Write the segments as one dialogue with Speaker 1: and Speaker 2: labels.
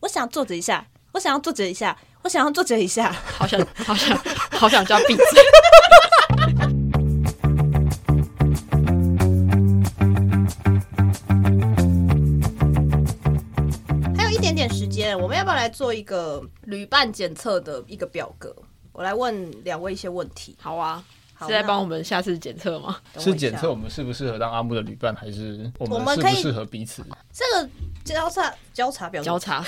Speaker 1: 我想坐着一下，我想要坐着一下，我想要坐着一下。
Speaker 2: 好想好想好想叫闭嘴。
Speaker 1: 还有一点点时间，我们要不要来做一个旅伴检测的一个表格？我来问两位一些问题。
Speaker 2: 好啊，
Speaker 1: 好
Speaker 2: 是在
Speaker 1: 那
Speaker 2: 帮我们下次检测吗？
Speaker 1: 等我
Speaker 3: 是
Speaker 1: 一下
Speaker 3: 检测我们适不适合当阿木的旅伴，还是我
Speaker 1: 我们
Speaker 3: 们适
Speaker 1: 可
Speaker 3: 不
Speaker 1: 以
Speaker 3: 适合彼此？
Speaker 1: 这个交叉交叉表格
Speaker 2: 交叉，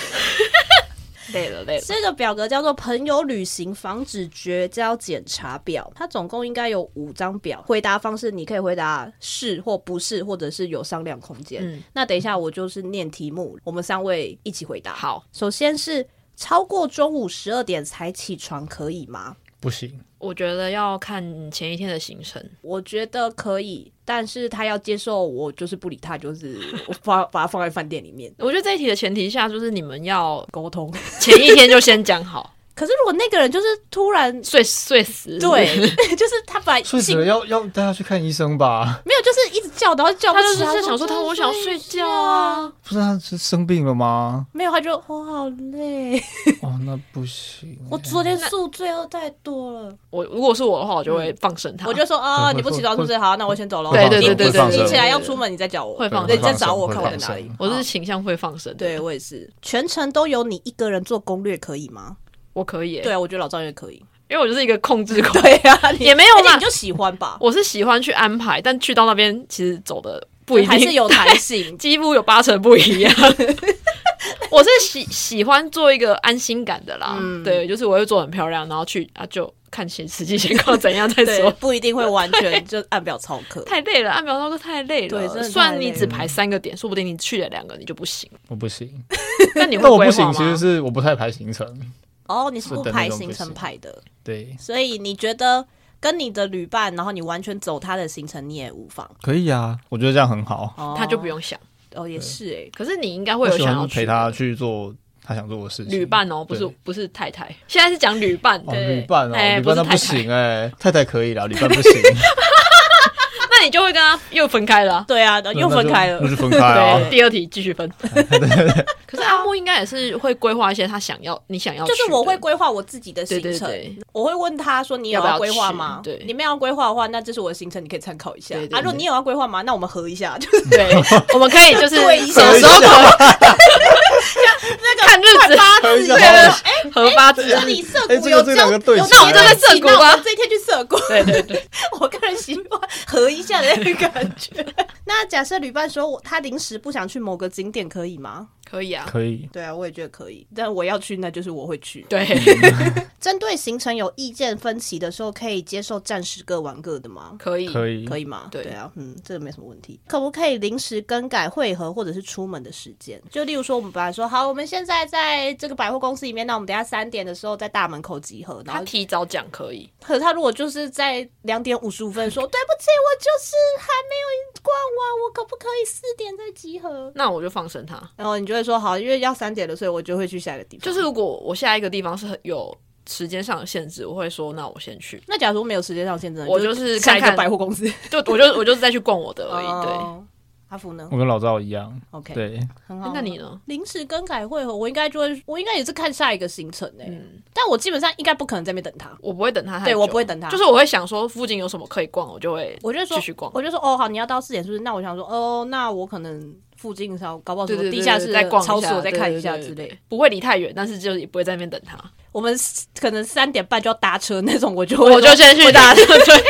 Speaker 2: 累了累了。
Speaker 1: 这个表格叫做“朋友旅行防止绝交检查表”，它总共应该有五张表。回答方式你可以回答是或不是，或者是有商量空间。
Speaker 2: 嗯
Speaker 1: 那等一下我就是念题目，我们三位一起回答。，
Speaker 2: 好，
Speaker 1: 首先是超过中午十二点才起床可以吗？
Speaker 3: 不行，
Speaker 2: 我觉得要看前一天的行程。
Speaker 1: 我觉得可以，但是他要接受我就是不理他，就是 我把把他放在饭店里面
Speaker 2: 我觉得这一题的前提下，就是你们要
Speaker 1: 沟通。
Speaker 2: 前一天就先讲好，
Speaker 1: 可是如果那个人就是突然
Speaker 2: 睡睡死。
Speaker 1: 对， 就是他把
Speaker 3: 睡死了要要带他去看医生吧？
Speaker 1: 没有，就是一直叫，然后叫
Speaker 2: 他
Speaker 1: 不
Speaker 2: 就是
Speaker 1: 起来？
Speaker 2: 在想说，他我想要睡觉啊。
Speaker 3: 不是他是生病了吗
Speaker 1: 没有，他就我好 累，
Speaker 3: 哦，那不行。
Speaker 1: 我昨天宿醉又太多了，
Speaker 2: 我如果是我的话，我就会放生他。
Speaker 1: 我就说啊，
Speaker 3: 会
Speaker 1: 你不起床是不是？好，那我先走了。
Speaker 2: 对对对
Speaker 1: 你
Speaker 2: 对
Speaker 1: 你
Speaker 2: 对对
Speaker 1: 你起来
Speaker 2: 对
Speaker 1: 要出门，你再叫我，
Speaker 2: 会放
Speaker 1: 对，
Speaker 2: 会
Speaker 1: 你
Speaker 2: 放
Speaker 1: 再找我看我在哪
Speaker 3: 会
Speaker 1: 里
Speaker 3: 放。
Speaker 2: 我是
Speaker 1: 好
Speaker 2: 倾向会放生的。
Speaker 1: 对我也是，全程都由你一个人做攻略可以吗？
Speaker 2: 我可以耶、
Speaker 1: 对啊，我觉得老赵也可以。
Speaker 2: 因为我就是一个控制狂，
Speaker 1: 对啊，你
Speaker 2: 也没有
Speaker 1: 而且
Speaker 2: 啦
Speaker 1: 你。就喜欢 吧，
Speaker 2: 我是喜欢去安排，但去到那边其实走的不一定。
Speaker 1: 还是有弹性
Speaker 2: 几乎有八成不一 样。我是喜喜欢做一个安心感的啦，
Speaker 1: 嗯
Speaker 2: 对，就是我会做很漂亮，然后去啊就看情实际情况怎样 再
Speaker 1: 对
Speaker 2: 说，。
Speaker 1: 不一定会完全就按表操课。
Speaker 2: 太累了，按啊表操课太累
Speaker 1: 对真的
Speaker 2: 了。
Speaker 1: 太
Speaker 2: 虽然你
Speaker 1: 累
Speaker 2: 只
Speaker 3: 了
Speaker 2: 排三个点，说不定你去了两个你就不行。
Speaker 3: 我不行，
Speaker 2: 那你会啊
Speaker 3: 但我
Speaker 2: 规
Speaker 3: 不
Speaker 2: 划吗
Speaker 3: 行，？其实是我不太排行程。
Speaker 1: 哦，你是不
Speaker 3: 是的
Speaker 1: 排
Speaker 3: 那种
Speaker 1: 行
Speaker 3: 不
Speaker 1: 程
Speaker 3: 行
Speaker 1: 派的，
Speaker 3: 对，
Speaker 1: 所以你觉得跟你的旅伴，然后你完全走他的行程，你也无妨。
Speaker 3: 可以啊，我觉得这样很好。
Speaker 1: 哦
Speaker 2: 他就不用想。
Speaker 1: 哦，也是哎，
Speaker 2: 可是你应该会
Speaker 3: 我
Speaker 2: 有
Speaker 3: 喜
Speaker 2: 想
Speaker 3: 欢
Speaker 2: 要
Speaker 3: 陪他去做他想做的事情。
Speaker 2: 旅伴
Speaker 1: 嗯
Speaker 2: 哦，不是
Speaker 3: 对
Speaker 2: 不是太太，现在是讲旅伴。
Speaker 3: 哦，
Speaker 2: 对
Speaker 3: 旅伴哦，
Speaker 2: 哎
Speaker 3: 旅伴那
Speaker 2: 不
Speaker 3: 不
Speaker 2: 是太太
Speaker 3: 行哎，太太可以啦，旅 伴不行。
Speaker 2: 那你就会跟他又分开了啊。
Speaker 1: 对啊，又分开了
Speaker 3: 那。就分开啊
Speaker 2: 哎对，。第二题继续分。可是阿木应该也是会规划一些他想要你想要去
Speaker 1: 就
Speaker 2: 的，
Speaker 1: 是我会规划我自己的行
Speaker 2: 对
Speaker 1: 程，
Speaker 2: 对对，
Speaker 1: 我会问他说：“你有
Speaker 2: 要不要
Speaker 1: 规划吗？”
Speaker 2: 去对
Speaker 1: 你们要规划的话，那这是我的行程，你可以参考一下。
Speaker 2: 对对
Speaker 1: 啊，如果
Speaker 2: 对
Speaker 1: 你有要规划吗？那我们合一下，就是
Speaker 2: 对，我们可以就是
Speaker 1: 对一下
Speaker 2: 有时候可
Speaker 1: 那个
Speaker 2: 看日子，
Speaker 3: 合一下
Speaker 2: 对
Speaker 3: 好
Speaker 2: 对对合八字
Speaker 1: 这。里涩
Speaker 3: 哎
Speaker 1: 谷
Speaker 3: 这个
Speaker 1: 有
Speaker 3: 这
Speaker 1: 样
Speaker 3: 两个对
Speaker 1: 有
Speaker 3: 起
Speaker 1: 那我
Speaker 3: 来
Speaker 1: 们就在
Speaker 2: 了
Speaker 1: 涩谷，
Speaker 2: 涩谷啊
Speaker 1: 那我们这一天去涩谷。
Speaker 2: 对对对，
Speaker 1: 我个人喜欢合一下的那个感觉。那假设旅伴说我他临时不想去某个景点，可以吗？
Speaker 2: 可以啊，
Speaker 3: 可以，
Speaker 1: 对啊，我也觉得可以，但我要去，那就是我会去。
Speaker 2: 对，
Speaker 1: 针对行程有意见分歧的时候，可以接受暂时各玩各的吗？
Speaker 2: 可以，
Speaker 3: 可以，
Speaker 1: 可
Speaker 3: 以。
Speaker 1: 以吗？
Speaker 2: 对
Speaker 1: 啊，嗯，这个没什么问题。可不可以临时更改会合或者是出门的时间？就例如说，我们本来说好，我们现在在这个百货公司里面，那我们等一下三点的时候在大门口集合。然
Speaker 2: 他
Speaker 1: 后，
Speaker 2: 提早讲可以，
Speaker 1: 可是他如果就是在两点五十五 分说，对不起，我就是还没有逛完，我可不可以四点再集合？
Speaker 2: 那我就放生他。
Speaker 1: 然后你就会说好，因为要三点了，所以我就会去下一个地方。
Speaker 2: 就是如果我下一个地方是很有时间上的限制，我会说那我先去，
Speaker 1: 那假如没有时间上限制呢，
Speaker 2: 我就
Speaker 1: 就是下
Speaker 2: 看
Speaker 1: 一个
Speaker 2: 看
Speaker 1: 百货公司
Speaker 2: 就我就我就是再去逛我的而已。对，
Speaker 1: 哦阿福呢
Speaker 3: 我跟老赵一样，
Speaker 1: ？OK，，
Speaker 3: 对，
Speaker 1: 很
Speaker 2: 诶
Speaker 1: 好。
Speaker 2: 那你呢？
Speaker 1: 临时更改会合，我应该就会，我应该也是看下一个行程诶、
Speaker 2: 嗯
Speaker 1: 但我基本上应该不可能在那边等他，
Speaker 2: 我不会等他太久，
Speaker 1: 对我不会等他
Speaker 2: 就是我会想说附近有什么可以逛，我就会
Speaker 1: 我就说
Speaker 2: 继续逛，
Speaker 1: 我就说哦好，你要到四点是不是？那我想说哦，那我可能附近稍搞不好什
Speaker 2: 对
Speaker 1: 么
Speaker 2: 对对
Speaker 1: 地下室
Speaker 2: 对
Speaker 1: 的
Speaker 2: 再逛一下
Speaker 1: 超市，我再
Speaker 2: 对对
Speaker 1: 看一
Speaker 2: 对
Speaker 1: 下
Speaker 2: 对
Speaker 1: 之类
Speaker 2: 对。不会离太远，但是就是也不会在那边等他，
Speaker 1: 我们可能三点半就要搭车那种，我就会
Speaker 2: 我就先去搭车， 对，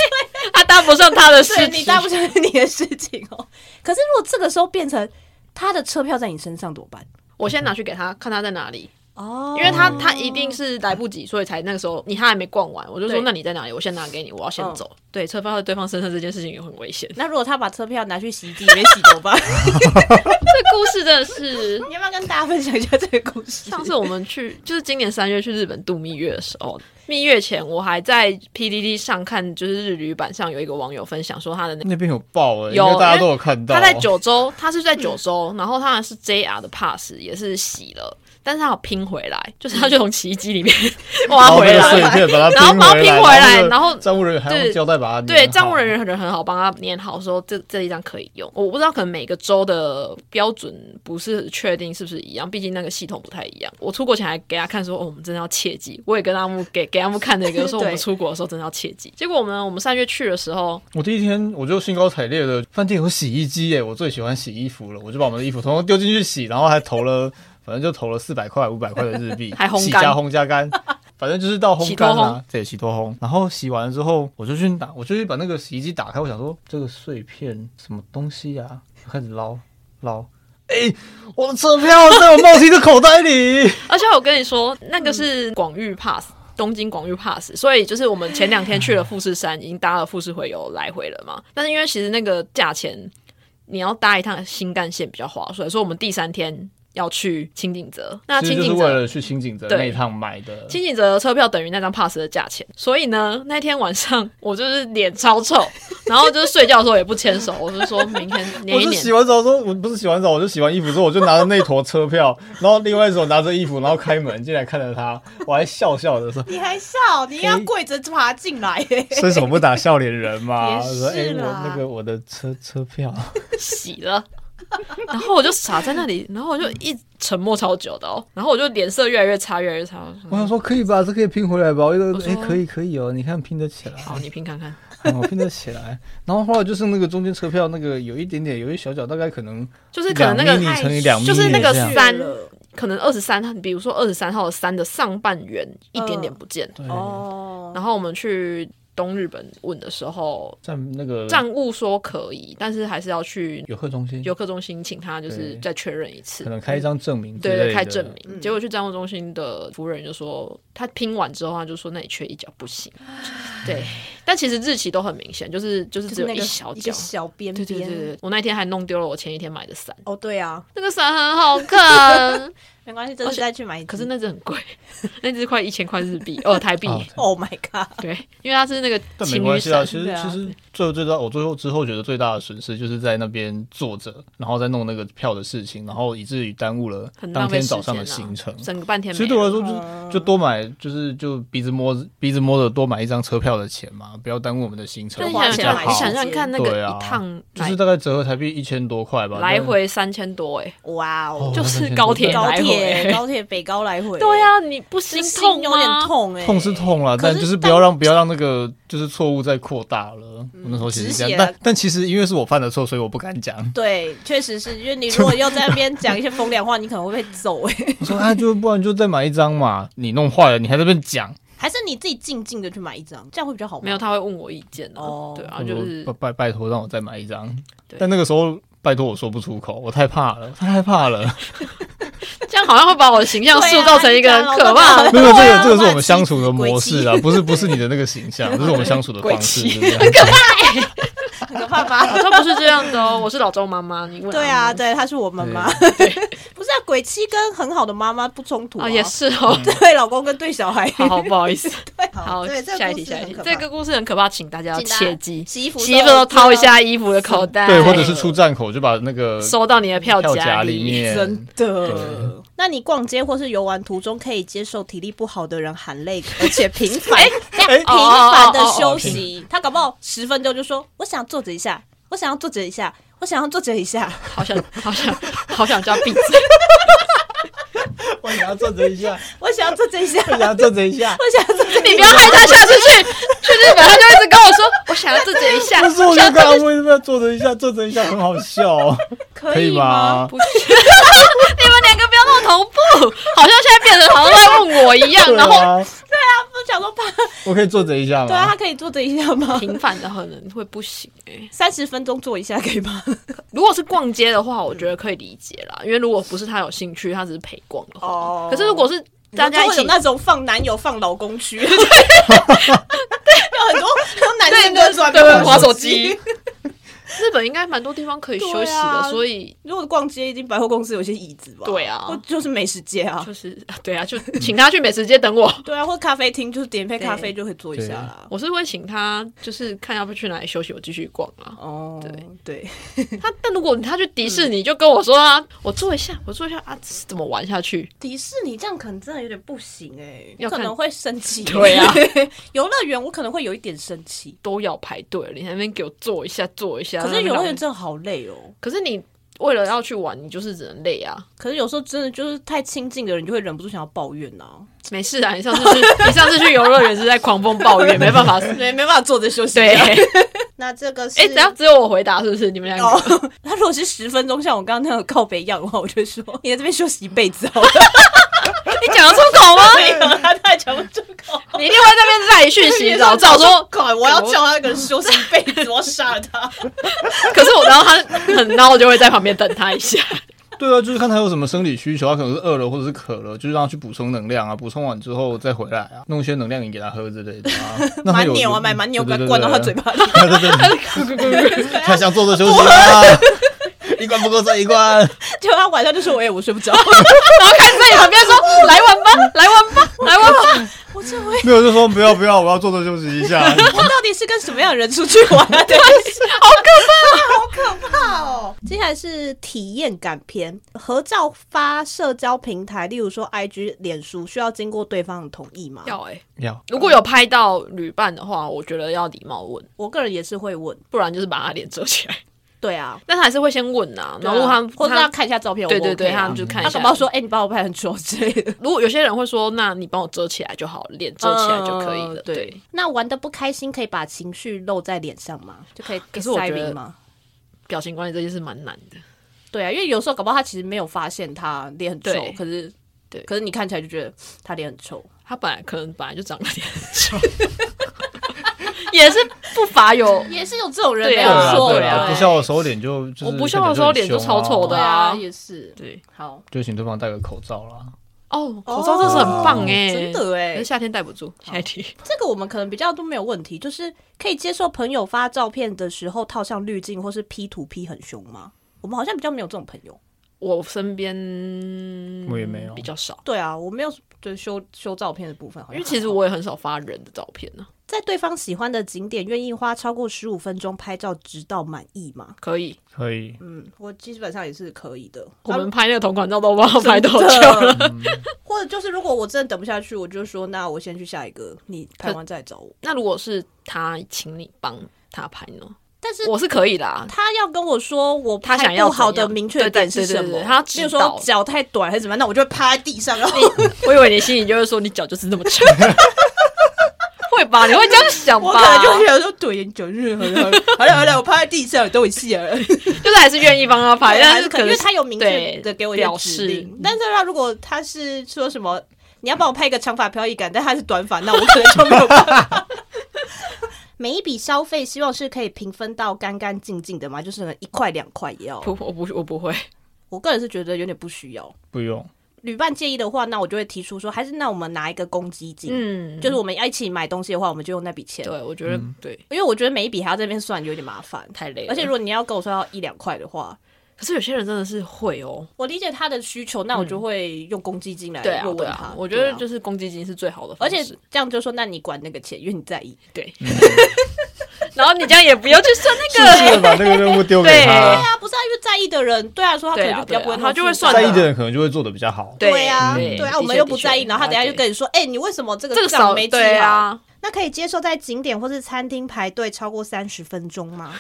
Speaker 2: 他搭不上 他的事
Speaker 1: 对
Speaker 2: 情，
Speaker 1: 你搭不上你的事情哦。可是如果这个时候变成他的车票在你身上怎么办？
Speaker 2: 我先拿去给他看他在哪里，
Speaker 1: 哦
Speaker 2: 因为他他一定是来不及，所以才那个时候你他还没逛完，我就说
Speaker 1: 对
Speaker 2: 那你在哪里？我先拿给你，我要先
Speaker 1: 嗯
Speaker 2: 走。对，车票在对方身上这件事情也很危险。
Speaker 1: 那如果他把车票拿去洗衣机里面洗怎么办？
Speaker 2: 这故事真的是。
Speaker 1: 你要不要跟大家分享一下这个故事？
Speaker 2: 上次我们去，就是今年三月去日本度蜜月的时候，蜜月前，我还在 PDD 上看，就是日语版上有一个网友分享说他的那。
Speaker 3: 那边有爆哎、欸，
Speaker 2: 有
Speaker 3: 应该大家都有看到。
Speaker 2: 他在九州，他是在九州，然后他是 JR 的 pass 也是洗了，但是他有拼回来，就是他就从洗衣机里面 挖
Speaker 3: 然后
Speaker 2: 回
Speaker 3: 那个
Speaker 2: 来，
Speaker 3: 碎片把它
Speaker 2: 然后把它拼回来，
Speaker 3: 然
Speaker 2: 然
Speaker 3: 后
Speaker 2: 后
Speaker 3: 那个账务人员还用
Speaker 2: 对
Speaker 3: 胶带把它
Speaker 2: 对，
Speaker 3: 粘好
Speaker 2: 账务人员人很好，帮他粘好说这这一张可以用。我不知道，可能每个州的标准不是确定是不是一样，毕竟那个系统不太一样。我出国前还给他看说，哦，我们真的要切记。我也跟阿木给给阿木看那个，说我们
Speaker 1: 对
Speaker 2: 出国的时候真的要切记。结果我们我们三月去的时候，
Speaker 3: 我第一天我就兴高采烈的，饭店有洗衣机耶，我最喜欢洗衣服了，我就把我们的衣服统统丢进去洗，然后还投了，反正就投了四百块、五百块的日币，
Speaker 2: 还烘干
Speaker 3: 洗加烘加干，反正就是到烘
Speaker 2: 洗
Speaker 3: 干
Speaker 2: 脱
Speaker 3: 啦、
Speaker 2: 烘
Speaker 3: 对，洗脱烘。然后洗完了之后，我就去打，我就去把那个洗衣机打开，我想说这个碎片什么东西呀、我开始捞捞。哎、我的车票在我帽 T 的口袋里。
Speaker 2: 而且我跟你说，那个
Speaker 3: 嗯
Speaker 2: 是广域 pass。东京广域 pass，所以就是我们前两天去了富士山，已经搭了富士回游来回了嘛。但是因为其实那个价钱，你要搭一趟新干线比较划算，所以我们第三天要去清景泽。那
Speaker 3: 其
Speaker 2: 清
Speaker 3: 实就是
Speaker 2: 景
Speaker 3: 为
Speaker 2: 泽，
Speaker 3: 了去清景泽
Speaker 2: 对
Speaker 3: 那一趟买的。
Speaker 2: 清景泽的车票等于那张 pass 的价钱。所以呢，那天晚上我就是脸超臭，然后就是睡觉的时候也不牵手，我就说明天
Speaker 3: 我
Speaker 2: 黏一
Speaker 3: 是
Speaker 2: 黏
Speaker 3: 洗。完澡之后，我不是洗完澡，我就洗完衣服之后，我就拿着那坨车 票，然后另外一手拿着衣服，然后开门进来看着他，我还笑 笑的说
Speaker 1: 你还笑？你要跪着爬进来、欸：“
Speaker 3: 伸手不打笑脸人嘛。”
Speaker 1: 也
Speaker 3: 我说：“哎、
Speaker 1: 是
Speaker 3: 我
Speaker 1: 啦
Speaker 3: 那个我的车车票，
Speaker 2: 洗了。 然后我就傻在那里，然后我就一直沉默超久的哦，然后我就脸色越来越差，越来越差。我
Speaker 3: 我
Speaker 2: 说
Speaker 3: 想说可以吧，这可以拼回来吧。”我就
Speaker 2: 我
Speaker 3: 说：“
Speaker 2: 说
Speaker 3: 哎、可以可以哦，你看拼得起来，
Speaker 2: 好，你拼看看，
Speaker 3: 嗯我拼得起来。” 然后后来就是那个中间车票那个有一点点，有一小角，大概可能
Speaker 2: 就是可能那
Speaker 3: 两
Speaker 2: 个
Speaker 3: 厘米乘以两
Speaker 2: 就是那个
Speaker 3: 厘米这样
Speaker 2: 三可能二十三，比如说二十三号的三的上半圆一点点不见。
Speaker 3: 对。
Speaker 1: 哦，
Speaker 2: 然后我们去东日本问的时候，
Speaker 3: 站那个
Speaker 2: 站务说可以，但是还是要去
Speaker 3: 游客中心，
Speaker 2: 游客中心请他就是
Speaker 3: 对
Speaker 2: 再确认一次
Speaker 3: 可。能开一张证明之
Speaker 2: 对
Speaker 3: 类的，
Speaker 2: 对，开证明。
Speaker 1: 嗯
Speaker 2: 结果去站务中心的服务人就说，他拼完之后，他就说那里缺一角不行。对，但其实日期都很明显，就是就是
Speaker 1: 就
Speaker 2: 只
Speaker 1: 是
Speaker 2: 有
Speaker 1: 那
Speaker 2: 一
Speaker 1: 个
Speaker 2: 小
Speaker 1: 一个
Speaker 2: 角。
Speaker 1: 小边
Speaker 2: 对
Speaker 1: 边。
Speaker 2: 对对对，我那天还弄丢了我前一天买的伞，
Speaker 1: 哦，对啊，哦
Speaker 2: 那个伞很好 看，
Speaker 1: 没关系，这次再去买一只。
Speaker 2: 可是那只很贵， 那只快一千块日币，哦台币。
Speaker 3: 哦
Speaker 1: Oh my god！
Speaker 2: 对，因为它是那个
Speaker 3: 但没
Speaker 2: 情
Speaker 3: 关
Speaker 2: 侣
Speaker 3: 系啊，
Speaker 2: 伞，
Speaker 3: 其实
Speaker 1: 对啊
Speaker 3: 其实最后最大，我最后之后觉得最大的损失就是在那边坐着，然后再弄那个票的事情，然后以至于耽误了
Speaker 2: 很
Speaker 3: 当
Speaker 2: 浪费
Speaker 3: 天
Speaker 2: 时
Speaker 3: 早
Speaker 2: 间
Speaker 3: 上的
Speaker 2: 啊
Speaker 3: 行程。
Speaker 2: 整个半天
Speaker 3: 其
Speaker 2: 没
Speaker 3: 实对我来
Speaker 2: 了。
Speaker 3: 说，就是就多买，就是就鼻子摸鼻子摸着多买一张车票的钱嘛，不要耽误我们的行程。
Speaker 2: 但你
Speaker 1: 花
Speaker 2: 想
Speaker 3: 比
Speaker 1: 钱
Speaker 3: 较
Speaker 2: 想，你
Speaker 1: 买
Speaker 2: 想
Speaker 1: 伞
Speaker 3: 好，
Speaker 2: 想看那个
Speaker 3: 对啊
Speaker 2: 一趟
Speaker 3: 就
Speaker 2: 来
Speaker 3: 是大概折合台币一千多块吧，
Speaker 2: 来
Speaker 3: 但
Speaker 2: 回三千多，哎，
Speaker 1: 哇哦
Speaker 3: 哦，
Speaker 2: 就是高铁
Speaker 1: 高
Speaker 2: 来
Speaker 1: 铁
Speaker 2: 回。
Speaker 1: 高铁北高来回。
Speaker 2: 对呀，你不
Speaker 1: 这
Speaker 2: 心
Speaker 1: 心
Speaker 2: 痛
Speaker 1: 有点
Speaker 2: 吗？
Speaker 1: 痛哎，
Speaker 3: 痛是痛了，
Speaker 1: 可
Speaker 3: 但
Speaker 1: 是
Speaker 3: 就是不
Speaker 1: 当
Speaker 3: 要让不要让那个就是错误再扩大了。我那时候其实是这
Speaker 1: 止血
Speaker 3: 样，但但其实因为是我犯的错，所以我不敢讲。
Speaker 1: 对，确实是，因为你如果要在那边讲一些风凉话，你可能会被揍 哎。
Speaker 3: 我说啊，就不然就再买一张嘛，你弄坏了，你还在那边讲，
Speaker 1: 还是你自己静静的去买一张，这样会比较好吗？
Speaker 2: 没有，他会问我意见哦
Speaker 1: 哦。
Speaker 2: 对
Speaker 3: 嗯
Speaker 2: 啊，就是
Speaker 3: 我说拜拜拜托让我再买一张
Speaker 2: 对。
Speaker 3: 但那个时候拜托我说不出口，我太怕了，太害怕 了。
Speaker 2: 这样好像会把我的形象
Speaker 1: 对啊
Speaker 2: 塑造成一个很可怕的
Speaker 1: 你
Speaker 3: 没
Speaker 1: 对
Speaker 3: 有
Speaker 1: 啊
Speaker 3: 这
Speaker 1: 我把
Speaker 3: 个，这个是我们
Speaker 1: 自己
Speaker 3: 相处的模式啊，不是
Speaker 1: 鬼
Speaker 3: 不
Speaker 1: 气
Speaker 3: 是你的那个形象，这是我们相处的
Speaker 2: 鬼
Speaker 3: 方式。
Speaker 2: 气
Speaker 3: 对 不对
Speaker 1: 很可怕 吧？
Speaker 2: 他 不是这样的哦，我是老周妈妈，你问
Speaker 1: 对
Speaker 2: 阿
Speaker 1: 啊，
Speaker 2: 嬷
Speaker 1: 对，她是我妈妈， 不是啊，鬼妻跟很好的妈妈不冲突
Speaker 2: 啊也是 哦，
Speaker 1: 对，老公跟对小 孩，
Speaker 2: 好好不好意思，
Speaker 1: 对，
Speaker 2: 好
Speaker 1: 对，这个
Speaker 2: 下一
Speaker 1: 故
Speaker 2: 题
Speaker 1: 事
Speaker 2: 下一
Speaker 1: 很
Speaker 2: 题
Speaker 1: 可，怕
Speaker 2: 这个故事很可怕，请大家要
Speaker 1: 请大家
Speaker 2: 切记，
Speaker 1: 洗衣服
Speaker 2: 洗衣服都掏一，下衣服的口袋，
Speaker 3: 对，或者是出站口就把那个
Speaker 2: 收到你的票
Speaker 3: 票夹里
Speaker 2: 里。
Speaker 3: 面，
Speaker 1: 真的
Speaker 3: 对。
Speaker 1: 那你逛街或是游玩途中，可以接受体力不好的人喊累，而且频繁、频繁的休息。他搞不好十分钟就说：“我想坐着一下，我想要坐着一下，我想要坐着一下。
Speaker 2: 好想好想好想叫闭嘴，
Speaker 3: 我想要坐着一下，
Speaker 1: 我想要坐着一下，
Speaker 3: 我想要坐着 一下。
Speaker 1: 我想要坐着一
Speaker 2: 你不
Speaker 1: 下。
Speaker 2: 要害他下次去去日本，他就一直跟我说，我想要自己一下，
Speaker 3: 但是我就
Speaker 2: 想
Speaker 3: 跟他为什么要坐着一下，坐着一下很好笑哦，”
Speaker 1: 可
Speaker 3: 以
Speaker 1: 吗？
Speaker 3: 吗？
Speaker 2: 不是， 你们两个不要那么同步，好像现在变成好像在问我一样，
Speaker 3: 对
Speaker 2: 然后
Speaker 1: 他
Speaker 3: 啊，
Speaker 1: 不想说怕，
Speaker 3: 我可以坐着一下吗？
Speaker 1: 对啊，他可以坐着一下吗？
Speaker 2: 频繁的可能会不行、欸。
Speaker 1: 三十分钟坐一下可以吗？
Speaker 2: 如果是逛街的话，我觉得可以理解啦，因为如果不是他有兴趣，他只是陪逛的话。
Speaker 1: 哦
Speaker 2: 可是如果是大家
Speaker 1: 就
Speaker 2: 一
Speaker 1: 会有
Speaker 2: 起，
Speaker 1: 那种放男友放老公区，对，有很多很多男生都在
Speaker 2: 对
Speaker 1: 那
Speaker 2: 对
Speaker 1: 边
Speaker 2: 划手机，日本应该蛮多地方可以休息
Speaker 1: 对
Speaker 2: 的，
Speaker 1: 啊
Speaker 2: 所以
Speaker 1: 如果逛街，一定百货公司有一些椅子吧？
Speaker 2: 对啊
Speaker 1: 或就是美食街啊
Speaker 2: 就，是对啊，就请他去美食街等我。
Speaker 1: 对啊，或咖啡厅，就是点一杯
Speaker 2: 对
Speaker 1: 咖啡就可以坐一下啦。
Speaker 2: 我是会请他，就是看要不要去哪里休息，我继续逛啊。
Speaker 1: 哦，
Speaker 2: 对
Speaker 1: 对，
Speaker 2: 他但如果他去迪士
Speaker 1: 嗯
Speaker 2: 尼，就跟我说啊，我坐一下，我坐一下啊，这是怎么玩下去？
Speaker 1: 迪士尼这样可能真的有点不行哎、我
Speaker 2: 要
Speaker 1: 可
Speaker 2: 看
Speaker 1: 能会生 气。
Speaker 2: 对啊，
Speaker 1: 游乐园我可能会有一点生气，
Speaker 2: 都要排队了，你还在那边给我坐一下，坐一下。
Speaker 1: 可是游乐园
Speaker 2: 这，
Speaker 1: 真的好累哦。
Speaker 2: 可是你为了要去玩，你就是只能累啊。
Speaker 1: 可是有时候真的就是太亲近的人，就会忍不住想要抱怨呐、啊。
Speaker 2: 没事啊，你上次去，你上次去游乐园是在狂风暴雨，没办法。
Speaker 1: 对， 没办法坐着休息。啊
Speaker 2: 对，哎、
Speaker 1: 那这个是
Speaker 2: 只要只有我回答，是不是？你们两个、
Speaker 1: 哦，他如果是十分钟，像我刚刚那个靠北一样的话，我就会说 你在这边休息一辈子好了。
Speaker 2: 你讲得出口吗？
Speaker 1: 没有，啊他太讲不出口。
Speaker 2: 你一定会在那边 赖讯息老赵说，
Speaker 1: 靠， 我要叫他那个人休息一辈子，我要杀了他。
Speaker 2: 可是我然后他很闹，就会在旁边等他一下。
Speaker 3: 对啊，就是看他有什么生理需求，他可能是饿了或者是渴了，就是让他去补充能量啊，补充完之后再回来啊，弄一些能量饮给他喝之类的啊。那他
Speaker 1: 蛮
Speaker 3: 有
Speaker 1: 牛啊，买蛮牛，把它灌到他嘴。巴 里。
Speaker 3: 对对对对对对对对，他想坐着休息啊，一关不够这一关。
Speaker 1: 结果他晚上就说：“我也我睡不着，
Speaker 2: 然后看在你旁边说：“来玩吧，来玩吧，来玩吧。
Speaker 1: 我这回
Speaker 3: 没有就说不要不要，我要坐着休息一下。
Speaker 1: 我到底是跟什么样的人出去玩啊？”对，好可怕，好可怕哦！接下来是体验感篇，合照发社交平台，例如说 IG、脸书，需要经过对方的同意吗”？
Speaker 2: 要哎、
Speaker 3: 要
Speaker 2: 如果有拍到旅伴的话，我觉得要礼貌问，
Speaker 1: 我个人也是会问。
Speaker 2: 不然就是把他脸遮起来。
Speaker 1: 对啊，
Speaker 2: 但他还是会先问呐、然后如果他
Speaker 1: 或者
Speaker 2: 他
Speaker 1: 要看一下照片，
Speaker 2: 对对对，他
Speaker 1: 他
Speaker 2: 们就看一
Speaker 1: 他
Speaker 2: 下
Speaker 1: 啊搞不。好说：“哎，你把我拍很丑之类的。”
Speaker 2: 如果有些人会说，那你帮我遮起来就好，脸遮起来就可以了。
Speaker 1: 嗯
Speaker 2: 对，，
Speaker 1: 那玩的不开心，可以把情绪露在脸上吗？就可以
Speaker 2: 可是我觉得
Speaker 1: siren 吗？
Speaker 2: 表情管理这件事蛮难的。
Speaker 1: 对啊，因为有时候搞不好他其实没有发现他脸很臭
Speaker 2: 对，
Speaker 1: 可是
Speaker 2: 对
Speaker 1: 可是你看起来就觉得他脸很臭。
Speaker 2: 他本来可能本来就长得脸很丑， 也是不乏有。
Speaker 1: 也是有这种人
Speaker 2: 对
Speaker 1: 没
Speaker 2: 啊
Speaker 1: 有
Speaker 3: 啊
Speaker 1: 错，
Speaker 3: 对
Speaker 2: 啊
Speaker 3: 啊，不笑的时候脸就就是
Speaker 2: 我不笑的时候脸就超丑
Speaker 1: 对
Speaker 2: 的
Speaker 1: 啊，
Speaker 2: 啊
Speaker 1: 也是
Speaker 2: 对，
Speaker 1: 好。
Speaker 3: 就请对方戴个口罩啦。
Speaker 2: 哦，口罩真是很棒哎、
Speaker 1: 真的哎
Speaker 2: 可是夏天戴不住。下一题，
Speaker 1: 这个我们可能比较都没有问题，就是可以接受朋友发照片的时候套上滤镜或是 P 图 P 很凶吗？我们好像比较没有这种朋友。
Speaker 2: 我身边
Speaker 3: 我也没有
Speaker 2: 比较少，
Speaker 1: 对啊，我没有就是修修照片的部分，好像
Speaker 2: 因为其
Speaker 1: 还
Speaker 2: 实
Speaker 1: 好
Speaker 2: 我也很少发人的照片啊呢、
Speaker 1: 在对方喜欢的景点，愿意花超过十五分钟拍照，直到满意吗？
Speaker 2: 可以，
Speaker 3: 可以，
Speaker 1: 嗯，我基本上也是可以的。
Speaker 2: 我们拍那个同款照都不知道拍多久了。
Speaker 1: 了，或者就是如果我真的等不下去，我就说那我先去下一个，你拍完再来找我。
Speaker 2: 那如果是他请你帮他拍呢？
Speaker 1: 但是
Speaker 2: 我是可以啦。
Speaker 1: 他要跟我说我
Speaker 2: 他
Speaker 1: 拍
Speaker 2: 想要
Speaker 1: 不好
Speaker 2: 怎
Speaker 1: 的
Speaker 2: 样
Speaker 1: 明确的
Speaker 2: 对
Speaker 1: 点
Speaker 2: 对
Speaker 1: 是
Speaker 2: 对对
Speaker 1: 什
Speaker 2: 对
Speaker 1: 么，
Speaker 2: 他要
Speaker 1: 比
Speaker 2: 知
Speaker 1: 如说
Speaker 2: 道
Speaker 1: 脚太短还是怎么样，那我就会趴在地上，然后
Speaker 2: 我以为你心里就会说你脚就是那么长， 会吧？你会这样想
Speaker 1: 我可能
Speaker 2: 吧？
Speaker 1: 就会想说对，你脚是很好了好了，我趴在地上，你等我一下。
Speaker 2: 就是还是愿意帮他拍，
Speaker 1: 对还
Speaker 2: 但
Speaker 1: 是
Speaker 2: 是
Speaker 1: 可
Speaker 2: 可
Speaker 1: 能，
Speaker 2: 能
Speaker 1: 因为他有明确
Speaker 2: 对
Speaker 1: 的给我一
Speaker 2: 表
Speaker 1: 些指
Speaker 2: 示
Speaker 1: 令。但是他如果他是说什么，你要帮我拍一个长发飘逸感，但他是短发，那我可能就没有办法。每一笔消费希望是可以平分到干干净净的嘛，就是可能一块两块也要。
Speaker 2: 不，我不我不会。
Speaker 1: 我个人是觉得有点不需要。
Speaker 3: 不用。
Speaker 1: 旅伴介意的话，那我就会提出说，还是那我们拿一个公积金，
Speaker 2: 嗯，
Speaker 1: 就是我们要一起买东西的话，我们就用那笔钱。
Speaker 2: 对，我觉得对，
Speaker 1: 因为我觉得每一笔还要这边算，有点麻烦。
Speaker 2: 太累了。
Speaker 1: 而且如果你要跟我说要一两块的话，
Speaker 2: 可是有些人真的是会哦，
Speaker 1: 我理解他的需求，那我就会用公积金来
Speaker 2: 嗯对啊
Speaker 1: 问
Speaker 2: 对
Speaker 1: 问他
Speaker 2: 啊。，我觉得
Speaker 1: 对啊
Speaker 2: 就是公积金是最好的
Speaker 1: 而
Speaker 2: 方式，啊
Speaker 1: 且这样就说，那你管那个钱，因为你在意。
Speaker 2: 对。 然后你这样也不要去算那
Speaker 3: 是
Speaker 2: 个，
Speaker 3: 不是把那个任务丢给
Speaker 1: 对
Speaker 3: 他？
Speaker 1: 啊，不是啊，因为在意的人，对啊，说他可
Speaker 2: 对
Speaker 1: 能
Speaker 2: 啊
Speaker 1: 就比较不会
Speaker 2: 对啊
Speaker 1: 那么
Speaker 2: 他就会
Speaker 1: 负担
Speaker 2: 算
Speaker 3: 在意的人可能就会做的比较好。
Speaker 1: 对啊，
Speaker 2: 对
Speaker 1: 对
Speaker 2: 的
Speaker 1: 啊，
Speaker 2: 确
Speaker 1: 我们又不
Speaker 2: 的确
Speaker 1: 在意，然后他等下就跟你说，哎，你为什么这个
Speaker 2: 这个
Speaker 1: 账
Speaker 2: 少
Speaker 1: 没记
Speaker 2: 对
Speaker 1: 好？
Speaker 2: 啊，
Speaker 1: 那可以接受在景点或是餐厅排队超过三十分钟吗？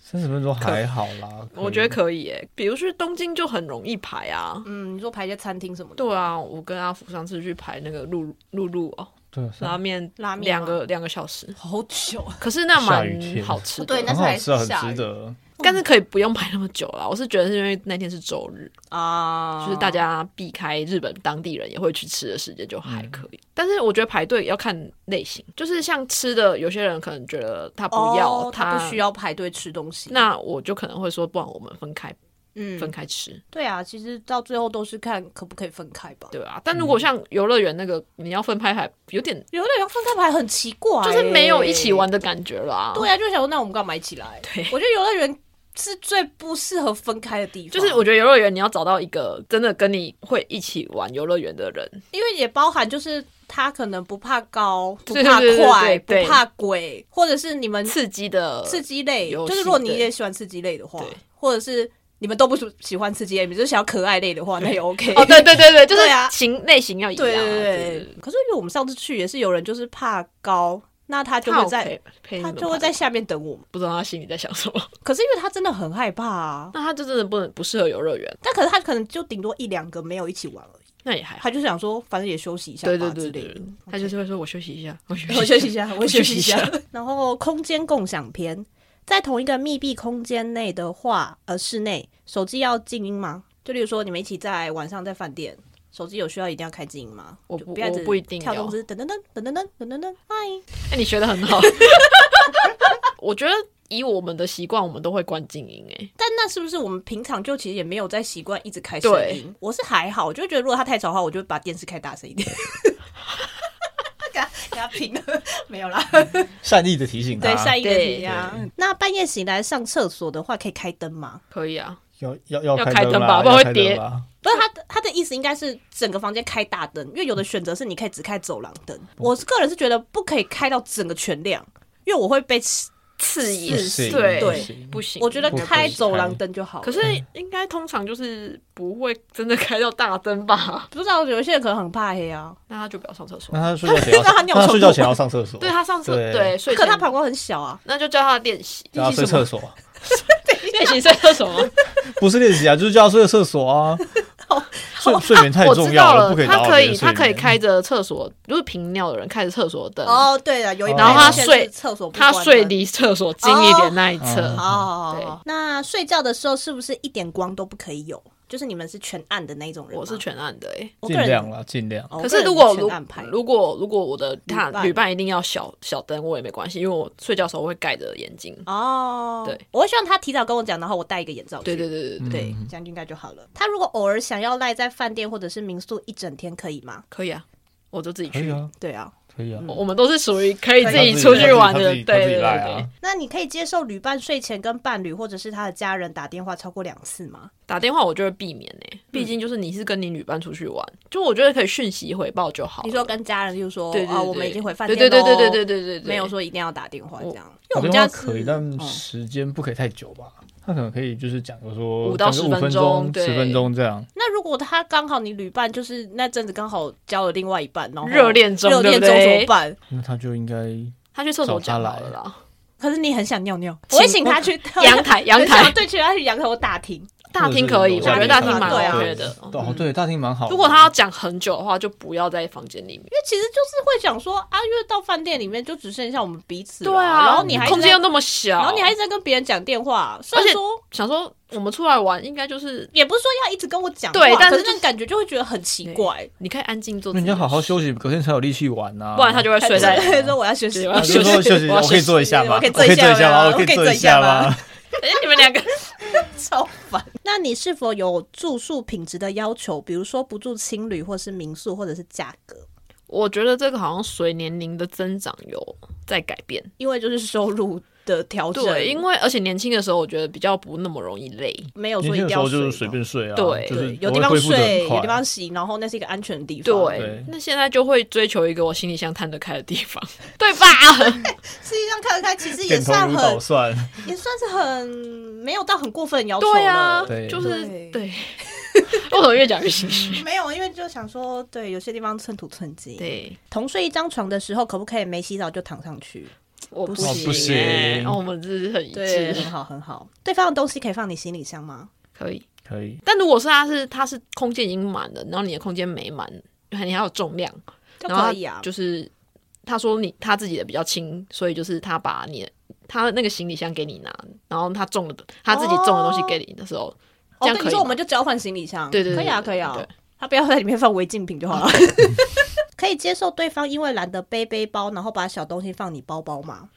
Speaker 3: 三十分钟还好啦，
Speaker 2: 我觉得可以诶。比如去东京就很容易排啊，
Speaker 1: 嗯，你说排一些餐厅什么的，
Speaker 2: 对啊，我跟阿福上次去排那个露露露哦，
Speaker 3: 对，
Speaker 2: 拉面
Speaker 1: 拉面
Speaker 2: 两
Speaker 1: 吗
Speaker 2: 个两个小时，
Speaker 1: 好久 啊。
Speaker 2: 可是那蛮
Speaker 3: 下雨天
Speaker 2: 好吃的，
Speaker 1: 对那
Speaker 3: 很
Speaker 1: 是还
Speaker 3: 好吃啊，很
Speaker 1: 下雨
Speaker 3: 值得。
Speaker 2: 但是可以不用排那么久啦。我是觉得是因为那天是周日，
Speaker 1: 啊，
Speaker 2: 就是大家避开日本当地人也会去吃的时间就还
Speaker 3: 嗯
Speaker 2: 可以。但是我觉得排队要看类型，就是像吃的，有些人可能觉得他不要，
Speaker 1: 哦他不需
Speaker 2: 要。
Speaker 1: 要排队吃东西。
Speaker 2: 那我就可能会说，不然我们分开
Speaker 1: 嗯，
Speaker 2: 分开吃，
Speaker 1: 对啊，其实到最后都是看可不可以分开吧。
Speaker 2: 对啊。但
Speaker 3: 嗯
Speaker 2: 如果像游乐园那个，你要分开还有点，
Speaker 1: 有的人分开排很奇怪、欸
Speaker 2: 就是没有一起。玩的感觉啦。
Speaker 1: 对啊，就想说那我们干嘛一起来？
Speaker 2: 对
Speaker 1: 我觉得游乐园是最不适合分开的地方，
Speaker 2: 就是我觉得游乐园你要找到一个真的跟你会一起玩游乐园的人，
Speaker 1: 因为也包含就是他可能不怕高，不
Speaker 2: 对
Speaker 1: 怕
Speaker 2: 对对
Speaker 1: 快，不
Speaker 2: 对对
Speaker 1: 怕鬼，或者是你们
Speaker 2: 刺激的
Speaker 1: 刺激类，
Speaker 2: 游
Speaker 1: 就是
Speaker 2: 戏
Speaker 1: 如果你
Speaker 2: 对
Speaker 1: 也喜欢刺激类的话
Speaker 2: 对，
Speaker 1: 或者是你们都不喜喜欢刺激类，你们就是想要可爱类的 话，那也 OK。
Speaker 2: 哦，对对对对，就是
Speaker 1: 对啊
Speaker 2: 型类型要一 样
Speaker 1: 对
Speaker 2: 啊，
Speaker 1: 对
Speaker 2: 对对
Speaker 1: 对。可是因为我们上次去也是有人就是怕高，那他就
Speaker 2: 他
Speaker 1: 会
Speaker 2: 有
Speaker 1: 在
Speaker 2: 陪陪你
Speaker 1: 他
Speaker 2: 们
Speaker 1: 就会
Speaker 2: 拍
Speaker 1: 在哦下面等我们。
Speaker 2: 不知道他心里在想什么，
Speaker 1: 可是因为他真的很害怕啊，
Speaker 2: 那他就真的不能不适合游乐园，
Speaker 1: 但可是他可能就顶多一两个没有一起玩而已，
Speaker 2: 那也 还好。
Speaker 1: 他就想说反正也休息一下吧
Speaker 2: 对对对
Speaker 1: 之类
Speaker 2: 对，
Speaker 1: 的
Speaker 2: 对他就是会说：“我休息一下，我休 息
Speaker 1: 我
Speaker 2: 一下
Speaker 1: 休息一 下，我休息一下
Speaker 2: 我休息。
Speaker 1: 然后空间共享篇，在同一个密闭空间内的话，呃，室内手机要静音吗？就例如说你们一起在晚上在饭店。手机有需要一定要开静音吗？
Speaker 2: 我
Speaker 1: 就
Speaker 2: 不
Speaker 1: 要
Speaker 2: 我
Speaker 1: 只
Speaker 2: 不一定
Speaker 1: 跳
Speaker 2: 要
Speaker 1: 动姿，噔噔噔噔噔噔噔噔噔，嗨！
Speaker 2: 哎，你学的 很好。我觉得以我们的习惯，我们都会关静音。哎，
Speaker 1: 但那是不是我们平常就其实也没有在习惯一直开声
Speaker 2: 对
Speaker 1: 音？我是还好，我就觉得如果它太吵的话，我就会把电视开大声 一点。给他给他平了，没有啦。
Speaker 3: 善意的提醒他，
Speaker 1: 对，下一个
Speaker 2: 对
Speaker 1: 题啊。那半夜醒来上厕所的话，可以开灯吗？
Speaker 2: 可以啊，
Speaker 3: 要要要
Speaker 2: 要
Speaker 3: 开
Speaker 2: 开灯吧
Speaker 3: 吧，
Speaker 2: 不然
Speaker 3: 要
Speaker 2: 会
Speaker 3: 开灯
Speaker 2: 跌
Speaker 3: 吧
Speaker 1: 不是他的他的意思应该是整个房间开大灯，因为有的选择是你可以只开走廊灯。我是个人是觉得不可以开到整个全亮，因为我会被吃。
Speaker 2: 刺
Speaker 3: 不
Speaker 2: 眼
Speaker 3: 行
Speaker 2: 对
Speaker 1: 不
Speaker 3: 行
Speaker 2: 不行。
Speaker 1: 我觉得
Speaker 3: 不可以
Speaker 1: 开走
Speaker 3: 开
Speaker 1: 廊灯就好了。
Speaker 2: 可是
Speaker 3: 嗯
Speaker 2: 应该通常就是不会真的开到大灯吧？
Speaker 1: 不知道有一些人可能很怕黑啊，
Speaker 2: 那他就不要上厕所
Speaker 3: 那。他睡觉前 要，
Speaker 1: 那他尿
Speaker 3: 那
Speaker 1: 床
Speaker 3: 睡
Speaker 1: 吐
Speaker 3: 觉前要上厕所，
Speaker 2: 对他上厕
Speaker 3: 哦对
Speaker 2: 对，睡
Speaker 1: 可
Speaker 2: 前
Speaker 1: 他膀胱很小啊。
Speaker 2: 那就叫他练习
Speaker 3: 叫他睡
Speaker 2: 练习什么
Speaker 3: 厕所，啊
Speaker 2: 练习睡厕所 吗？
Speaker 3: 不是练习啊，就是叫他睡厕 所啊。睡睡眠太
Speaker 2: 我
Speaker 3: 重
Speaker 2: 知
Speaker 3: 要
Speaker 2: 道
Speaker 3: 不可以打
Speaker 2: 他
Speaker 3: 扰
Speaker 2: 可
Speaker 3: 别
Speaker 2: 以
Speaker 3: 人
Speaker 2: 他
Speaker 3: 睡
Speaker 2: 可以
Speaker 3: 眠
Speaker 2: 开着厕所，就是频尿的人开着厕所灯，
Speaker 1: 哦，对了，有一
Speaker 3: 哦
Speaker 1: 排
Speaker 2: 然后他
Speaker 1: 是
Speaker 2: 睡
Speaker 1: 厕所不
Speaker 2: 他
Speaker 1: 关
Speaker 2: 睡
Speaker 1: 灯。
Speaker 2: 离厕所近一点那一侧
Speaker 3: 哦。
Speaker 1: 好好好好
Speaker 2: 对
Speaker 1: 好那睡觉的时候是不是一点光都不可以有？就是你们是全暗的那一种人吗
Speaker 2: 我是，全暗的哎、
Speaker 1: 我个
Speaker 3: 尽
Speaker 1: 人
Speaker 3: 量啦，尽量。
Speaker 1: 哦我
Speaker 2: 可
Speaker 1: 个
Speaker 2: 是
Speaker 1: 人
Speaker 2: 如果
Speaker 1: 全
Speaker 2: 如
Speaker 1: 暗派
Speaker 2: 如果如果我的他
Speaker 1: 伴
Speaker 2: 旅伴一定要小小灯，我也没关系，因为我睡觉的时候会盖着眼睛。
Speaker 1: 哦，
Speaker 2: 对，
Speaker 1: 我会希望他提早跟我讲，然后我戴一个眼罩去。
Speaker 2: 对对对对对，
Speaker 3: 嗯
Speaker 1: 对，这样就应该就好了。他如果偶尔想要赖在饭店或者是民宿一整天，可以吗？
Speaker 2: 可以啊，我就自己
Speaker 3: 可
Speaker 2: 去
Speaker 3: 以。啊，
Speaker 1: 对啊，
Speaker 3: 可以啊。
Speaker 2: 我我们都是属于可以
Speaker 1: 可以
Speaker 2: 嗯自己
Speaker 3: 他自己
Speaker 2: 出
Speaker 3: 他
Speaker 2: 去
Speaker 3: 自己
Speaker 2: 玩
Speaker 3: 他
Speaker 2: 的，
Speaker 3: 自
Speaker 2: 对对
Speaker 3: 己他自己
Speaker 2: 对
Speaker 3: 来
Speaker 2: 对
Speaker 3: 啊。
Speaker 1: 那你可以接受旅伴睡前跟伴侣或者是他的家人打电话超过两次吗？
Speaker 2: 打电话我就会避免呢、毕竟就是你是跟你旅伴出去玩，就我觉得可以讯息回报就好了。
Speaker 1: 你说跟家人就说
Speaker 2: 哦对对对
Speaker 1: 啊，我们已经回饭
Speaker 2: 对
Speaker 1: 店
Speaker 2: 对对
Speaker 1: 咯
Speaker 2: 对对对对对，对
Speaker 1: 没有说一定要打电话这样，因为我
Speaker 3: 打
Speaker 1: 们
Speaker 3: 电
Speaker 1: 家
Speaker 3: 话
Speaker 1: 是
Speaker 3: 可以，
Speaker 2: 嗯
Speaker 3: 但
Speaker 1: 哦
Speaker 3: 时间不可以太久吧。他可能可以就是讲个说
Speaker 2: 5到
Speaker 3: 讲个
Speaker 2: 10分
Speaker 3: 分
Speaker 2: 钟对
Speaker 3: 十分钟这样。
Speaker 1: 那如果他刚好你旅伴就是那阵子刚好交了另外一半，然后
Speaker 2: 热恋中
Speaker 1: 热恋中
Speaker 2: 对不对
Speaker 1: 怎么办？
Speaker 3: 那他就应该
Speaker 2: 他去厕所讲好了啦，
Speaker 1: 可是你很想尿尿，我
Speaker 2: 请
Speaker 1: 会请他去
Speaker 2: 阳台 阳
Speaker 1: 很想
Speaker 2: 台
Speaker 1: 对，请他去阳台我打听。
Speaker 2: 大厅可以，我
Speaker 3: 或者
Speaker 2: 觉得
Speaker 3: 是楼
Speaker 2: 大
Speaker 3: 下
Speaker 2: 厅
Speaker 1: 的
Speaker 2: 蛮
Speaker 1: 对啊
Speaker 2: OK 的。
Speaker 3: 对哦，对，大厅蛮好的。
Speaker 2: 如果他要讲很久的话，就不要在房间里面。
Speaker 1: 因为其实就是会想说啊，因为到饭店里面就只剩下我们彼此了
Speaker 2: 对啊，
Speaker 1: 然后你还一直
Speaker 2: 空
Speaker 1: 在
Speaker 2: 间又那么小，
Speaker 1: 然后你还一直在跟别人讲电话，虽然
Speaker 2: 而且
Speaker 1: 说
Speaker 2: 想说我们出来玩，应该就是
Speaker 1: 也不是说要一直跟我讲话，
Speaker 2: 对但
Speaker 1: 可
Speaker 2: 是
Speaker 1: 是那感觉就会觉得很奇怪。
Speaker 2: 你可以安静做
Speaker 3: 那
Speaker 2: 自己的
Speaker 3: 你要
Speaker 2: 事，
Speaker 3: 好好休息，隔天才有力气玩啊。
Speaker 2: 不然他就会睡在
Speaker 1: 所以说我要休息
Speaker 2: 对，我
Speaker 3: 他
Speaker 2: 要
Speaker 3: 就说
Speaker 2: 休息
Speaker 3: 休息，
Speaker 2: 我要
Speaker 3: 我可以
Speaker 2: 休
Speaker 3: 坐一下
Speaker 1: 息
Speaker 3: 吗？
Speaker 1: 我可以
Speaker 3: 坐
Speaker 1: 坐一下
Speaker 3: 下
Speaker 1: 吗
Speaker 3: 吗？
Speaker 1: 我可
Speaker 3: 可
Speaker 1: 以
Speaker 3: 以
Speaker 1: 坐
Speaker 3: 坐
Speaker 1: 一下吗
Speaker 3: 吗？
Speaker 2: 哎，你们两个
Speaker 1: 超烦。那你是否有住宿品质的要求？比如说不住青旅，或是民宿，或者是价格？
Speaker 2: 我觉得这个好像随年龄的增长有在改变。
Speaker 1: 因为就是收入的调整，
Speaker 2: 对，因为而且年轻的时候，我觉得比较不那么容易累。
Speaker 1: 没有说
Speaker 3: 年
Speaker 1: 一定
Speaker 3: 轻的时
Speaker 1: 要
Speaker 3: 候就是
Speaker 1: 睡
Speaker 3: 随
Speaker 1: 嘛
Speaker 3: 便睡啊，
Speaker 2: 对
Speaker 3: 就是
Speaker 1: 有地
Speaker 3: 我
Speaker 1: 方
Speaker 3: 会恢复得很
Speaker 1: 睡，有
Speaker 3: 快啊
Speaker 1: 地方洗，然后那是一个安全的地方。
Speaker 2: 对，
Speaker 3: 对
Speaker 2: 那现在就会追求一个我行李箱摊得开的地 方，对吧？
Speaker 1: 实际上看得开，其实也
Speaker 3: 点头
Speaker 1: 算
Speaker 3: 如捣
Speaker 1: 很，
Speaker 3: 蒜。
Speaker 1: 也算是很没有到很过分的要求
Speaker 2: 对啊
Speaker 1: 了。，
Speaker 3: 对
Speaker 2: 就是
Speaker 1: 对
Speaker 2: 对。 为什么越讲越心虚？
Speaker 1: 没有，因为就想说，对，有些地方寸土寸金。，
Speaker 2: 对，
Speaker 1: 同睡一张床的时候，可不可以没洗澡就躺上去？
Speaker 2: 我
Speaker 1: 不
Speaker 2: 不
Speaker 1: 行不
Speaker 2: 行
Speaker 3: 行
Speaker 2: 欸，哦我们这是很一
Speaker 1: 对，
Speaker 2: 致，
Speaker 1: 很好，很好。对方的东西可以放你行李箱吗？
Speaker 2: 可以。
Speaker 3: 可以，
Speaker 2: 但如果是它是它是空间已经满了，然后你的空间没满，你还有重量，
Speaker 1: 就
Speaker 2: 然后
Speaker 1: 可以啊
Speaker 2: 它。就是他说你他自己的比较轻，所以就是他把你的他那个行李箱给你拿，然后他重的他自己重的东西给你的时候，
Speaker 1: 哦，
Speaker 2: 这样
Speaker 1: 对，
Speaker 2: 可
Speaker 1: 你
Speaker 2: 以吗。
Speaker 1: 说我们就交换行李箱，
Speaker 2: 对对对
Speaker 1: 可以啊，
Speaker 2: 对
Speaker 1: 可以啊
Speaker 2: 对。
Speaker 1: 他不要在里面放违禁品就好了。 可以接受对方因为懒得背背包，然后把小东西放你包包吗？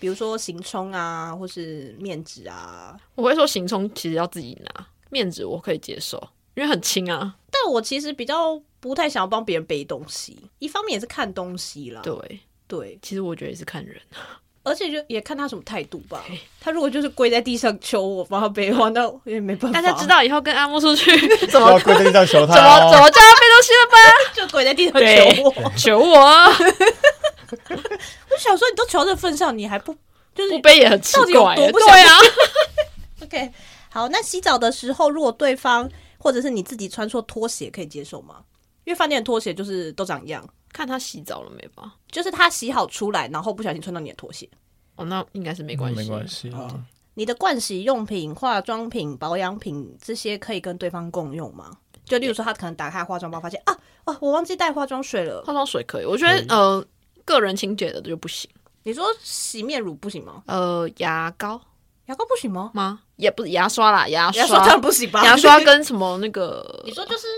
Speaker 1: 比如说行充啊，或是面纸啊。
Speaker 2: 我会说行充其实要自己拿，面纸我可以接受，因为很轻啊。
Speaker 1: 但我其实比较不太想要帮别人背东西，一方面也是看东西啦。
Speaker 2: 对，
Speaker 1: 对，
Speaker 2: 其实我觉得也是看人，
Speaker 1: 而且就也看他什么态度吧。他如果就是跪在地上求我帮他背包，那我也没办法。
Speaker 2: 大家知道以后跟阿木出去 怎
Speaker 4: 要
Speaker 2: 么
Speaker 4: 跪在地上求他
Speaker 2: 怎么
Speaker 4: 哦
Speaker 2: 怎么叫他背东西了吧？
Speaker 1: 就跪在地上求 我。我
Speaker 2: 求我啊，
Speaker 1: 想说你都求到这份上，你还不就是
Speaker 2: 不背也很奇
Speaker 1: 到底有
Speaker 2: 怪欸，
Speaker 1: 多不
Speaker 2: 对
Speaker 1: 想
Speaker 2: 啊，
Speaker 1: OK，好，那洗澡的时候，如果对方或者是你自己穿错拖鞋，可以接受吗？因为饭店的拖鞋就是都长一样，
Speaker 2: 看他洗澡了没吧？
Speaker 1: 就是他洗好出来，然后不小心穿到你的拖鞋。
Speaker 2: 哦，那应该是没关
Speaker 4: 嗯
Speaker 2: 系，
Speaker 4: 没关。系
Speaker 1: 啊你的盥洗用品、化妆品、保养品这些可以跟对方共用吗？就例如说，他可能打开化妆包，发现啊啊，我忘记带化妆水了。
Speaker 2: 化妆水可以，我觉得呃，个人清洁的就不行。
Speaker 1: 你说洗面乳不行吗？
Speaker 2: 呃，牙膏
Speaker 1: 牙膏不行吗？
Speaker 2: 吗？也不是牙刷啦，牙
Speaker 1: 牙刷当 然不行吧？
Speaker 2: 牙刷跟什么那个
Speaker 1: 你说就是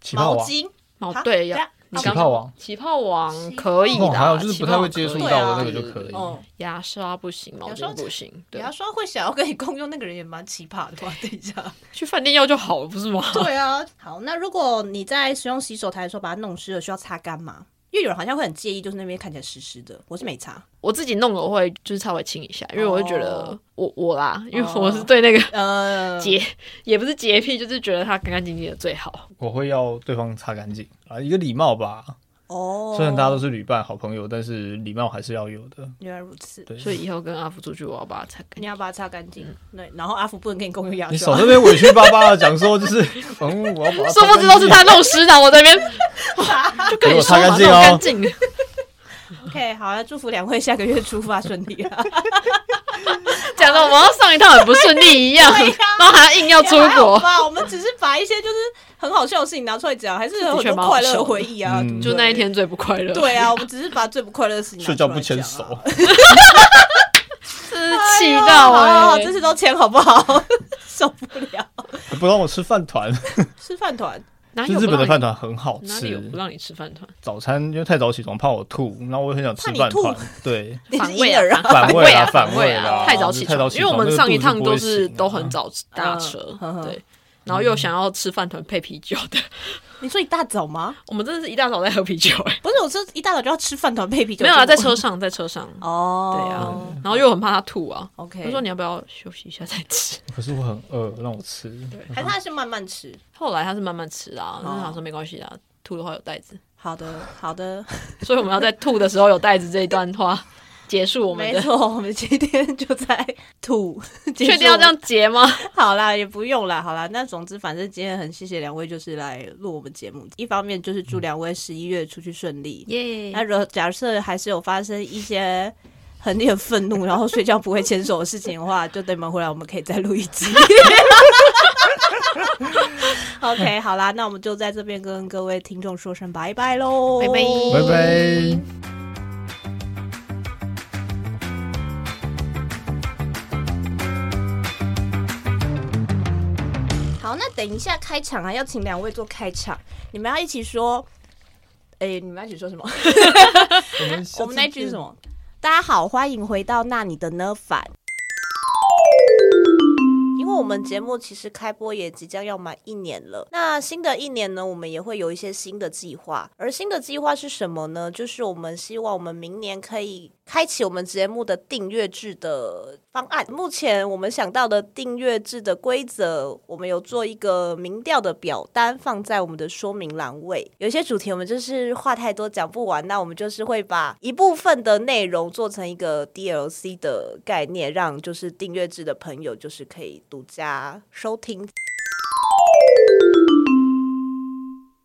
Speaker 3: 起泡
Speaker 1: 毛
Speaker 3: 网，
Speaker 1: 巾，
Speaker 2: 毛
Speaker 1: 啊
Speaker 2: 哦对
Speaker 1: 这样
Speaker 2: 牙你
Speaker 3: 起
Speaker 2: 刚
Speaker 3: 泡网，
Speaker 2: 起泡网可以
Speaker 3: 那种
Speaker 2: 的
Speaker 3: 还
Speaker 2: 啊，
Speaker 3: 有就是
Speaker 2: 起
Speaker 3: 不太
Speaker 2: 泡
Speaker 3: 会
Speaker 2: 网
Speaker 3: 接触
Speaker 2: 可以
Speaker 1: 到的那
Speaker 3: 个就
Speaker 2: 对对
Speaker 3: 可
Speaker 2: 对
Speaker 3: 以
Speaker 1: 哦，
Speaker 2: 牙刷不行，毛
Speaker 1: 牙
Speaker 2: 巾
Speaker 1: 刷
Speaker 2: 不行，对
Speaker 1: 牙，刷会想要跟你共用，那个人也蛮奇葩的吧？ 等一下。
Speaker 2: 去饭店要就好了，不是吗？
Speaker 1: 对啊，好，那如果你在使用洗手台的时候把它弄湿了，需要擦干吗？因为有人好像会很介意，就是那边看起来湿湿的。我是没擦，
Speaker 2: 我自己弄了我会就是稍微清一下，因为我会觉得
Speaker 1: 哦
Speaker 2: 我我啦，因为
Speaker 1: 哦
Speaker 2: 我是对那个
Speaker 1: 呃，
Speaker 2: 洁也不是洁癖，就是觉得它干干净净的最好。
Speaker 3: 我会要对方擦干净啊，一个礼貌吧。
Speaker 1: 哦，
Speaker 3: 虽然大家都是旅伴、好朋友，但是礼貌还是要有的。
Speaker 1: 原来如此，
Speaker 3: 对，
Speaker 2: 所以以后跟阿福出去，我要把它擦干
Speaker 1: 你
Speaker 2: 净。
Speaker 1: 要把它擦干净。对，然后阿福不能跟你共用牙
Speaker 3: 嗯你少
Speaker 1: 刷
Speaker 3: 这，边委屈巴巴的讲说，就是 嗯，我要把它
Speaker 2: 殊不知都是他弄湿的，我这 边就跟
Speaker 3: 给
Speaker 2: 你
Speaker 3: 我
Speaker 2: 说
Speaker 3: 擦
Speaker 2: 嘛，弄
Speaker 3: 干净哦
Speaker 2: 干净。
Speaker 1: OK，好了，祝福两位下个月出发顺利 啊！
Speaker 2: 讲的我们要上一趟很不顺利一样，然后还硬要出
Speaker 1: 也还哎好
Speaker 2: 国，
Speaker 1: 吧，我们只是把一些就是很好笑的事情拿出来讲，还是有很
Speaker 2: 的确
Speaker 1: 多
Speaker 2: 蛮好
Speaker 1: 快乐
Speaker 2: 笑
Speaker 1: 的
Speaker 2: 的
Speaker 1: 回忆啊。
Speaker 3: 嗯
Speaker 2: 就那一天最不快乐，
Speaker 1: 对，对啊，我们只是把最不快乐的事情拿
Speaker 3: 睡觉
Speaker 1: 出来
Speaker 3: 不牵
Speaker 1: 讲啊
Speaker 3: 手，
Speaker 2: 真是气
Speaker 1: 哎呦
Speaker 2: 到
Speaker 1: 好好好
Speaker 2: 哎
Speaker 1: 这。次都签好不好？ 受不了。
Speaker 3: 不让我吃饭团。
Speaker 1: 吃饭团，
Speaker 2: 哪
Speaker 3: 就
Speaker 2: 有
Speaker 3: 日
Speaker 2: 不
Speaker 3: 本的
Speaker 2: 让
Speaker 3: 饭
Speaker 2: 你
Speaker 3: 团很好
Speaker 2: 哪里有
Speaker 3: 吃
Speaker 2: 不，让你吃饭团？
Speaker 3: 早餐因为太早起床怕我吐，然后我也很想吃
Speaker 1: 怕
Speaker 3: 饭团
Speaker 1: 你，
Speaker 3: 对，
Speaker 1: 你是
Speaker 2: 反胃
Speaker 1: 婴儿
Speaker 2: 啊
Speaker 1: 啊，
Speaker 3: 反胃啊，
Speaker 2: 反
Speaker 3: 胃
Speaker 2: 啊，
Speaker 3: 啊，
Speaker 2: 太早起
Speaker 3: 太
Speaker 2: 床
Speaker 3: 早，起
Speaker 2: 因为我们
Speaker 3: 那个
Speaker 2: 上一
Speaker 3: 肚子
Speaker 2: 趟
Speaker 3: 不
Speaker 2: 都
Speaker 3: 会
Speaker 2: 是
Speaker 3: 醒啊
Speaker 2: 都很早搭车，
Speaker 1: 嗯
Speaker 2: 对，然后又想要吃饭团配啤酒的，
Speaker 1: 你说一大早吗？
Speaker 2: 我们真的是一大早在喝啤酒，哎，
Speaker 1: 不是，我说一大早就要吃饭团配啤酒，
Speaker 2: 没有啊，
Speaker 1: 这
Speaker 2: 在
Speaker 1: 种
Speaker 2: 车上，在车上，
Speaker 1: 哦，
Speaker 2: 对啊，然后又很怕他吐啊，
Speaker 1: ，OK，
Speaker 2: 我说你要不要休息一下再吃？
Speaker 3: 可是我很饿，让我吃。
Speaker 1: 还是他是慢慢吃。
Speaker 2: 后来他是慢慢吃啊，然后
Speaker 1: 哦
Speaker 2: 想说没关系啊，吐的话有袋子，
Speaker 1: 好的，好的，
Speaker 2: 所以我们要在吐的时候有袋子这一段话结 束我们
Speaker 1: 没
Speaker 2: 的。
Speaker 1: 错， 我们今天就在吐，结束
Speaker 2: 确定要这样？结吗？
Speaker 1: 好啦，也不用啦，好啦，那总之反正今天很谢谢两位，就是来录我们节目。一方面就是
Speaker 2: 嗯
Speaker 1: 祝两位十一月出去顺利，
Speaker 2: 耶
Speaker 1: 那如果假设还是有发生一些很令人愤怒，然后睡觉不会牵手的事情的话，就等你们回来，我们可以再录一集。OK，好 啦，那我们就在这边跟各位听众说声拜拜喽，
Speaker 2: 拜拜
Speaker 3: 拜拜。
Speaker 1: 好，那等一下开场啊，要请两位做开场，你们要一起说，哎、你们要一起说什么？我们那一句是什么？大家好，欢迎回到那你的呢反。因为我们节目其实开播也即将要满一年了，那新的一年呢，我们也会有一些新的计划。而新的计划是什么呢？就是我们希望我们明年可以开启我们节目的订阅制的方案。目前我们想到的订阅制的规则，我们有做一个民调的表单放在我们的说明栏位。有一些主题我们就是话太多讲不完，那我们就是会把一部分的内容做成一个 DLC 的概念，让就是订阅制的朋友就是可以独家收听。